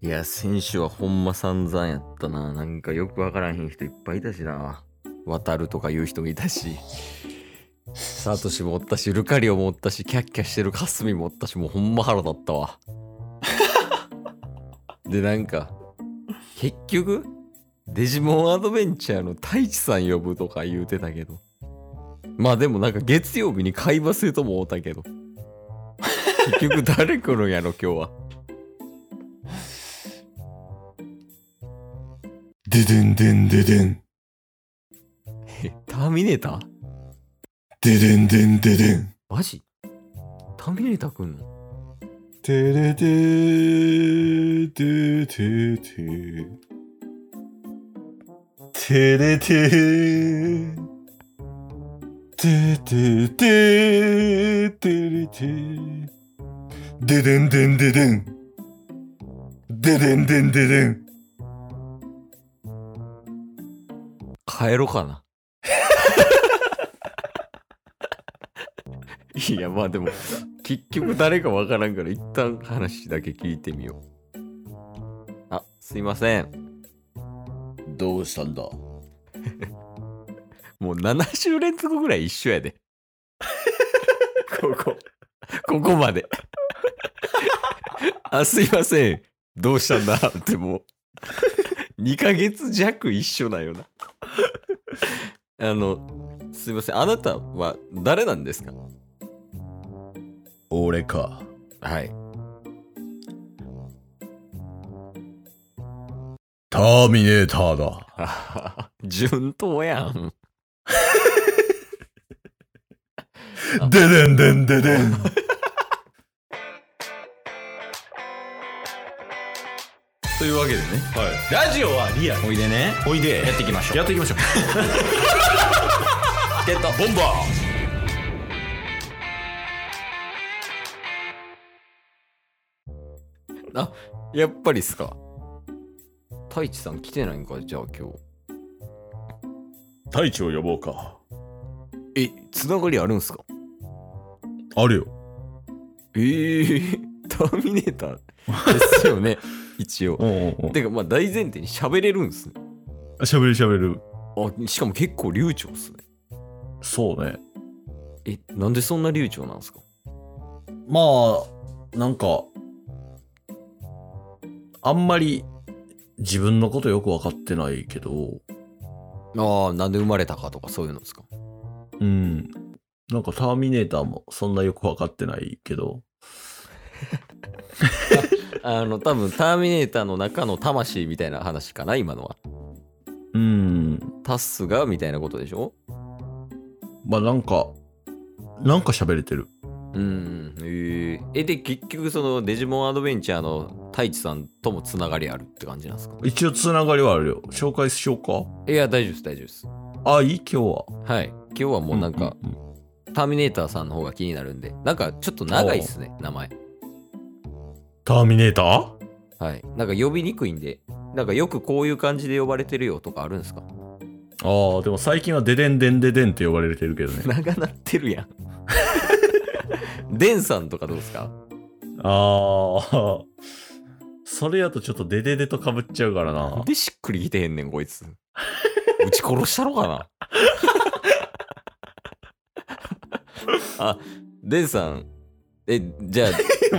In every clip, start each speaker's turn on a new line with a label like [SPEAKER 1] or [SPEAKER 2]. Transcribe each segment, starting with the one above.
[SPEAKER 1] いや、選手はほんま散々やったな。なんかよくわからへん人いっぱいいたしな。渡るとかいう人もいたし、サトシもおったし、ルカリオもおったし、キャッキャしてるカスミもおったし、もうほんま腹立ったわ。で、なんか、結局、デジモンアドベンチャーの太一さん呼ぶとか言うてたけど。まあでもなんか月曜日に買い忘れともおったけど。結局誰来るんやろ今日は。
[SPEAKER 2] ででんでんででん。
[SPEAKER 1] えターミネーター
[SPEAKER 2] ででんでんででん。
[SPEAKER 1] マジターミネーター来んの
[SPEAKER 2] てれてーてーてーてー。てれてー。てーてーてーてれてー。ででんでんででん。ででんでんででん。
[SPEAKER 1] 帰ろかないやまあでも結局誰かわからんから一旦話だけ聞いてみようあすいません
[SPEAKER 3] どうしたん だ
[SPEAKER 1] もう7週連続ぐらい一緒やで ここここまで あすいませんどうしたんだってもう2ヶ月弱一緒だよなあのすいませんあなたは誰なんですか
[SPEAKER 3] 俺か。
[SPEAKER 1] はい
[SPEAKER 3] ターミネーターだ。
[SPEAKER 1] あはは順当やん
[SPEAKER 2] ででんでんででん。
[SPEAKER 1] というわけでね
[SPEAKER 4] ラジオはリアル
[SPEAKER 1] おいでね
[SPEAKER 4] おいでやっていきましょうやっていきましょう
[SPEAKER 1] ゲット
[SPEAKER 4] ボンバ
[SPEAKER 1] やっぱりっすか太一さん来てないんかじゃあ今
[SPEAKER 3] 隊長呼ぼうか。
[SPEAKER 1] 日えつながりあるんすか
[SPEAKER 3] あるよ。
[SPEAKER 1] ええター ミネーターです よね、一応。
[SPEAKER 3] ん うんうん。
[SPEAKER 1] てか、まあ大前提に喋れるんすね。
[SPEAKER 3] 喋る喋る。
[SPEAKER 1] あ、しかも結構流暢っすね。
[SPEAKER 3] そうね。
[SPEAKER 1] え、なんでそんな流暢なんすか
[SPEAKER 3] まあ、なんか、あんまり自分のことよくわかってないけど、
[SPEAKER 1] ああ、なんで生まれたかとかそういうのですか
[SPEAKER 3] うん。なんかターミネーターもそんなよくわかってないけど、
[SPEAKER 1] あの、多分ターミネーターの中の魂みたいな話かな、今のは。
[SPEAKER 3] うん。
[SPEAKER 1] タッスがみたいなことでしょ
[SPEAKER 3] まあなんか、なんか喋れてる。
[SPEAKER 1] うん、えええ、で、結局そのデジモンアドベンチャーの太一さんともつながりあるって感じなんですか
[SPEAKER 3] 一応つながりはあるよ。紹介しようか。
[SPEAKER 1] いや、大丈夫です、大丈夫です。
[SPEAKER 3] あ、いい今日は。
[SPEAKER 1] はい。今日はもうなんか、
[SPEAKER 3] うう
[SPEAKER 1] ターミネーターさんの方が気になるんで、なんかちょっと長いっすね、名前。
[SPEAKER 3] ターミネーター
[SPEAKER 1] はい。なんか呼びにくいんで、なんかよくこういう感じで呼ばれてるよとかあるんですか
[SPEAKER 3] ああ、でも最近はデデンデンデデンって呼ばれてるけどね。
[SPEAKER 1] 長なってるやん。デンさんとかどうですか
[SPEAKER 3] ああ、それやとちょっとデデデと被っちゃうから
[SPEAKER 1] なん
[SPEAKER 3] な。
[SPEAKER 1] でしっくりきてへんねん、こいつ。撃ち殺したろかなあ、デンさん。え、じゃ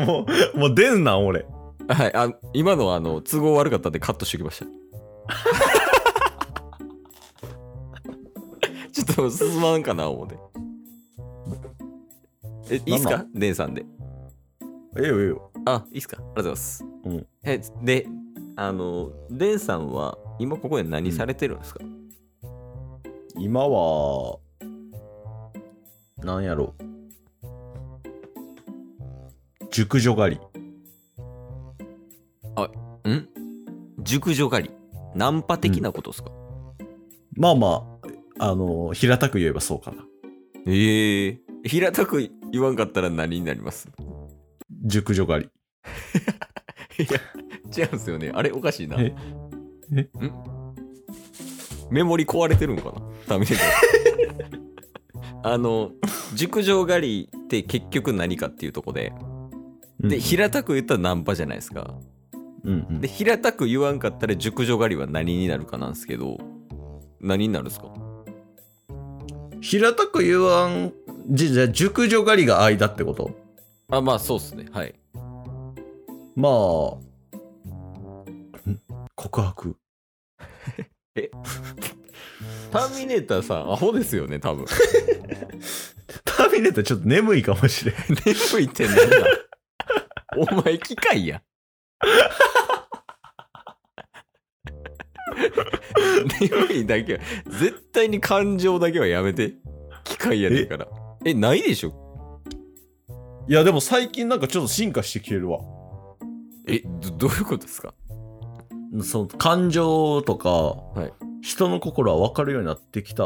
[SPEAKER 3] もう、もうデンなん俺。
[SPEAKER 1] あ、はい、あ、今のはあの、都合悪かったんでカットしておきました。ちょっと進まんかな、思うて。え、いいっす
[SPEAKER 3] なん
[SPEAKER 1] かデンさんで。
[SPEAKER 3] ええよええよ。
[SPEAKER 1] あ、いいっすかありがとうございます。
[SPEAKER 3] うん
[SPEAKER 1] え、で、あの、デンさんは今ここで何されてるんですか、
[SPEAKER 3] 今は、なんやろ熟女狩り。
[SPEAKER 1] ん熟女狩り。ナンパ的なことですか、
[SPEAKER 3] まあまあ、あの、平たく言えばそうかな。
[SPEAKER 1] ええ平たく言わんかったら何になります
[SPEAKER 3] 熟女狩 り。
[SPEAKER 1] いや、違うんですよね。あれおかしいな。
[SPEAKER 3] ええ
[SPEAKER 1] んメモリ壊れてるんかなターミネー ターあの、熟女狩りって結局何かっていうとこで、
[SPEAKER 3] うん
[SPEAKER 1] で、平たく言ったらナンパじゃないですか。
[SPEAKER 3] うんうん
[SPEAKER 1] で、平たく言わんかったら熟女狩りは何になるかなんですけど、何になるんすか
[SPEAKER 3] 平たく言わん、じじゃあ熟女狩りが間ってこと
[SPEAKER 1] あ、まあそうっすね。はい。
[SPEAKER 3] まあ、ん告白。
[SPEAKER 1] ターミネーターさん、アホですよね、多分。
[SPEAKER 3] ターミネーターちょっと眠いかもしれん。
[SPEAKER 1] 眠いってなんだお前、機械や。眠いだけは、絶対に感情だけはやめて。機械やねんから。え、ないでしょ
[SPEAKER 3] いや、でも最近なんかちょっと進化してきてるわ。
[SPEAKER 1] え、どどういうことですか
[SPEAKER 3] その感情とか、
[SPEAKER 1] い
[SPEAKER 3] 人の心は分かるようになってきた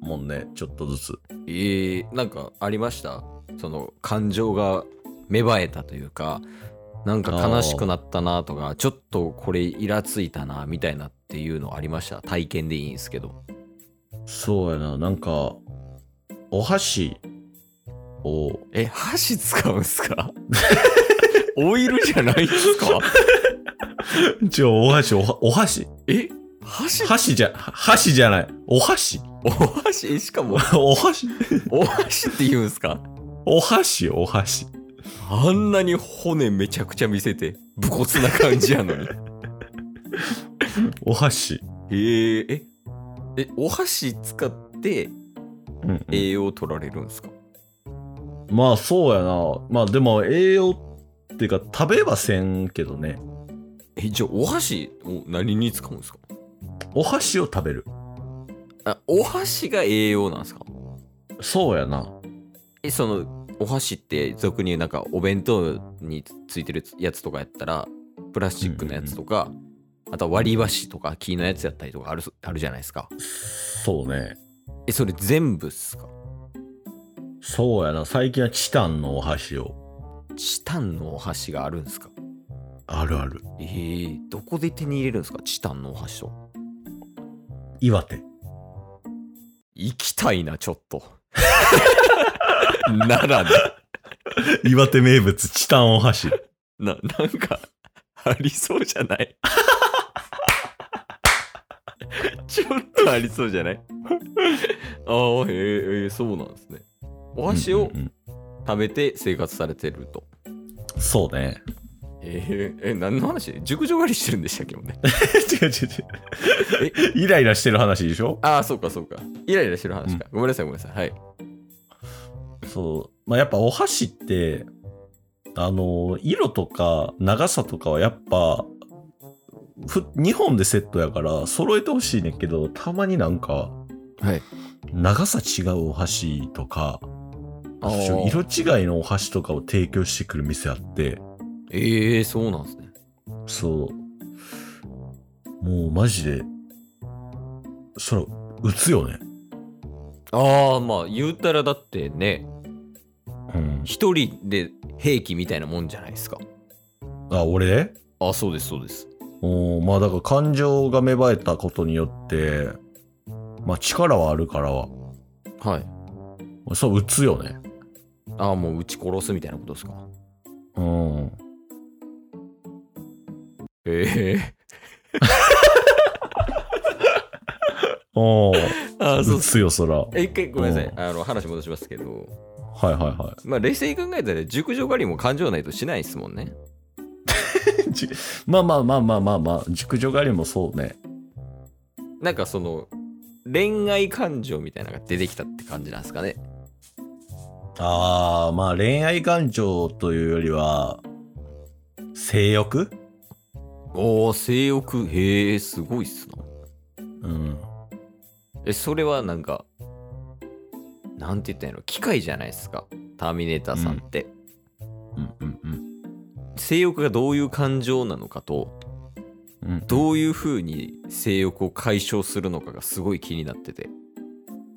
[SPEAKER 3] もんね、ちょっとずつ。
[SPEAKER 1] えー、なんかありましたその感情が芽生えたというかなんか悲しくなったなとかちょっとこれイラついたなみたいなっていうのありました体験でいいんですけど
[SPEAKER 3] そうやな、なんか、お箸 を、
[SPEAKER 1] え箸使うんすか オイルじゃないんすか
[SPEAKER 3] ちょ、お箸、おはお箸
[SPEAKER 1] え箸
[SPEAKER 3] 箸じゃ、箸じゃない。お箸
[SPEAKER 1] お箸えしかも
[SPEAKER 3] お箸
[SPEAKER 1] お箸って言うんすか
[SPEAKER 3] お箸よお箸。
[SPEAKER 1] あんなに骨めちゃくちゃ見せて武骨な感じやの に
[SPEAKER 3] お箸。
[SPEAKER 1] えー、ええお箸使って
[SPEAKER 3] うん
[SPEAKER 1] 栄養取られるんすか
[SPEAKER 3] まあそうやな。まあでも栄養っていうか食べはせんけどね。
[SPEAKER 1] えじゃあお箸を何に使うんですか
[SPEAKER 3] お箸を食べる。
[SPEAKER 1] あお箸が栄養なんですか
[SPEAKER 3] そうやな。
[SPEAKER 1] えそのお箸って俗に言うなんかお弁当についてるやつとかやったらプラスチックのやつとか、あとは割り箸とか木のやつやったりとかあるあるじゃないですか
[SPEAKER 3] そうね。
[SPEAKER 1] えそれ全部っすか
[SPEAKER 3] そうやな。最近はチタンのお箸を。
[SPEAKER 1] チタンのお箸があるんですか
[SPEAKER 3] あるある。
[SPEAKER 1] えー、どこで手に入れるんですかチタンのお箸と
[SPEAKER 3] 岩手。
[SPEAKER 1] 行きたいなちょっと ならね
[SPEAKER 3] 岩手名物、チタンお箸。
[SPEAKER 1] な なんかありそうじゃない ちょっとありそうじゃない ああへえへえそうなんですねお箸を
[SPEAKER 3] うんうん
[SPEAKER 1] 食べて生活されてると、
[SPEAKER 3] うんそうね。
[SPEAKER 1] えーえ何の話熟女狩りしてるんでしたっけも ね
[SPEAKER 3] 違う違う違う。イライラしてる話でしょ
[SPEAKER 1] ああそうかそうかイライラしてる話か、ごめんなさいごめんなさいはい
[SPEAKER 3] そう。まあやっぱお箸って、あの、色とか長さとかはやっぱ、ふ2本でセットやから揃えてほしいねんけど、たまになんか、
[SPEAKER 1] はい
[SPEAKER 3] 長さ違うお箸とか、
[SPEAKER 1] あー
[SPEAKER 3] 色違いのお箸とかを提供してくる店あって、
[SPEAKER 1] ええー、そうなんですね
[SPEAKER 3] そう。もうマジで、それ、打つよね。
[SPEAKER 1] ああまあ言うたらだってね
[SPEAKER 3] うん。
[SPEAKER 1] 一人で兵器みたいなもんじゃないですか
[SPEAKER 3] あ、俺ね
[SPEAKER 1] ああそうですそうです
[SPEAKER 3] おまあだから感情が芽生えたことによって、まあ力はあるから、
[SPEAKER 1] はい
[SPEAKER 3] そう打つよね。
[SPEAKER 1] ああもう撃ち殺すみたいなことですか
[SPEAKER 3] うん。
[SPEAKER 1] ええ
[SPEAKER 3] おー
[SPEAKER 1] ああ、そう
[SPEAKER 3] 打
[SPEAKER 1] っす。
[SPEAKER 3] つよ、そら。は
[SPEAKER 1] え、一回ごめんなさい。
[SPEAKER 3] う
[SPEAKER 1] あの、話戻しますけど、
[SPEAKER 3] いはいは
[SPEAKER 1] まあ、冷静に考えたら、熟女狩りも感情ないとしないですもんね。
[SPEAKER 3] い。じまあまあまあまあまあまあ、熟女狩りもそうね。
[SPEAKER 1] なんかその、恋愛感情みたいなのが出てきたって感じなんですかね。
[SPEAKER 3] ああ、まあ恋愛感情というよりは、性欲
[SPEAKER 1] おお、性欲、へえ、すごいっすな。
[SPEAKER 3] うん。
[SPEAKER 1] え、それはなんか、なんて言ったんやろ、機械じゃないですか。ターミネーターさんって。
[SPEAKER 3] うんうんうん。
[SPEAKER 1] 性欲がどういう感情なのかと、
[SPEAKER 3] うん、
[SPEAKER 1] どういうふうに性欲を解消するのかがすごい気になってて、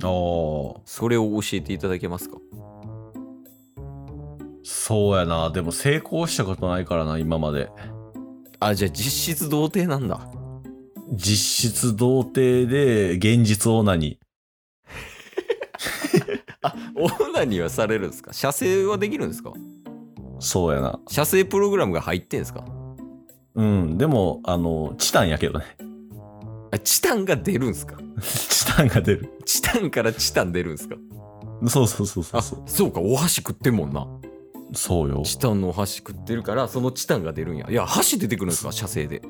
[SPEAKER 3] ああ、
[SPEAKER 1] それを教えていただけますか
[SPEAKER 3] そうやな。でも成功したことないからな、今まで。
[SPEAKER 1] あ、じゃあ実質童貞なんだ。
[SPEAKER 3] 実質童貞で現実オナニ
[SPEAKER 1] オナニーはされるんですか射精はできるんですか
[SPEAKER 3] ー。そうやな。
[SPEAKER 1] 射精プログラムが入ってんですか
[SPEAKER 3] うん、でも、あの、チタンやけどね。
[SPEAKER 1] あチタンが出るんすか
[SPEAKER 3] チタンが出る。
[SPEAKER 1] チタンからチタン出るんすか
[SPEAKER 3] そうそうそうそう
[SPEAKER 1] あ
[SPEAKER 3] そう。
[SPEAKER 1] そうかお箸食ってんもんな
[SPEAKER 3] そうよ。
[SPEAKER 1] チタンのお箸食ってるからそのチタンが出るんやいや箸出てくるんですか射精で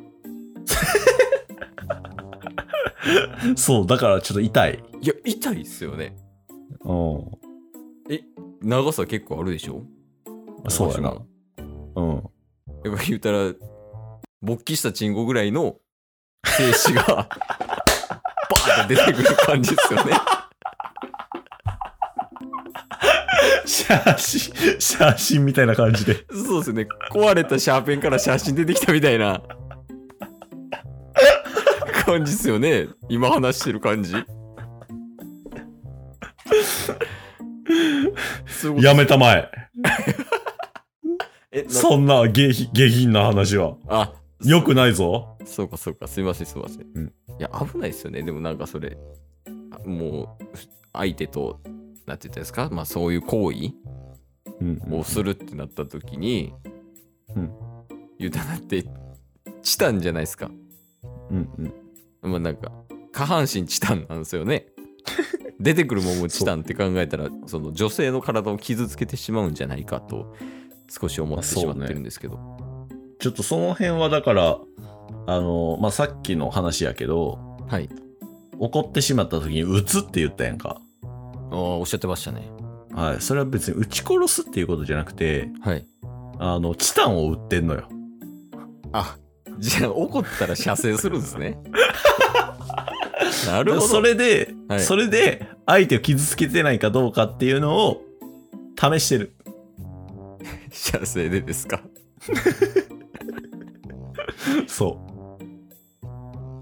[SPEAKER 3] そう、だからちょっと痛い。
[SPEAKER 1] いや痛いっすよね
[SPEAKER 3] うん。
[SPEAKER 1] 長さ結構あるでしょ
[SPEAKER 3] そうやな
[SPEAKER 1] 長。
[SPEAKER 3] うん。
[SPEAKER 1] 島やっぱ言うたら勃起したチンコぐらいの精子がバーって出てくる感じですよね
[SPEAKER 3] 写真、写真みたいな感じで。
[SPEAKER 1] そうですね壊れたシャーペンから写真出てきたみたいな感じっすよね今話してる感じそういうこと
[SPEAKER 3] やめたまえ。
[SPEAKER 1] えな
[SPEAKER 3] そんな下品下品な話は。
[SPEAKER 1] あ
[SPEAKER 3] よくないぞ。
[SPEAKER 1] そうかそうかすいませんすいません、
[SPEAKER 3] うん
[SPEAKER 1] いや危ないですよねでもなんかそれあもう相手となんて言ったんですかまあそういう行為
[SPEAKER 3] うん。
[SPEAKER 1] をするってなった時に、
[SPEAKER 3] うん
[SPEAKER 1] ユダナってチタンじゃないですか
[SPEAKER 3] うんうん。
[SPEAKER 1] まあなんか下半身チタンなんですよ ね出てくるもんもチタンって考えたらその女性の体を傷つけてしまうんじゃないかと少し思ってしまってるんですけど、
[SPEAKER 3] ちょっとその辺はだから、あの、まあ、さっきの話やけど、
[SPEAKER 1] はい
[SPEAKER 3] 怒ってしまった時に撃つって言ったやんか。
[SPEAKER 1] ああおっしゃってましたね
[SPEAKER 3] はい。それは別に撃ち殺すっていうことじゃなくて、
[SPEAKER 1] はい
[SPEAKER 3] あの、チタンを撃ってんのよ。
[SPEAKER 1] あじゃあ怒ったら射精するんです ねなるほど
[SPEAKER 3] それで、
[SPEAKER 1] はい
[SPEAKER 3] それで、相手を傷つけてないかどうかっていうのを、試してる。
[SPEAKER 1] 射精でですか
[SPEAKER 3] そう。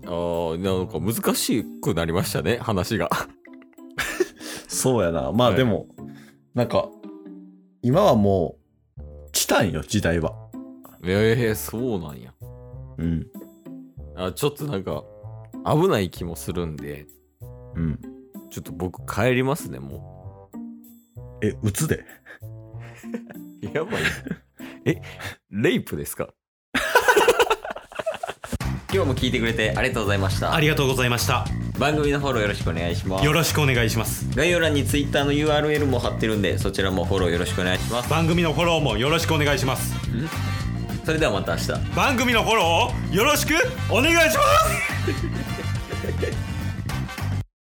[SPEAKER 1] ああなんか難しくなりましたね話が
[SPEAKER 3] そうやな。まあ
[SPEAKER 1] はい
[SPEAKER 3] でも、なんか、今はもう、チタンよ、時代は。
[SPEAKER 1] ええそうなんや
[SPEAKER 3] うん。
[SPEAKER 1] あちょっとなんか危ない気もするんで
[SPEAKER 3] うん。
[SPEAKER 1] ちょっと僕帰りますねも
[SPEAKER 3] え、撃つで。
[SPEAKER 1] うやばいえレイプですか今日も聞いてくれてありがとうございました
[SPEAKER 5] ありがとうございました
[SPEAKER 1] 番組のフォローよろしくお願いしま
[SPEAKER 5] よろしくお願いします
[SPEAKER 1] 概要欄に Twitter の URL も貼ってるんでそちらもフォローよろしくお願いします
[SPEAKER 5] 番組のフォローもよろしくお願いします
[SPEAKER 1] それではまた明日
[SPEAKER 5] 番組のフォローをよろしくお願いします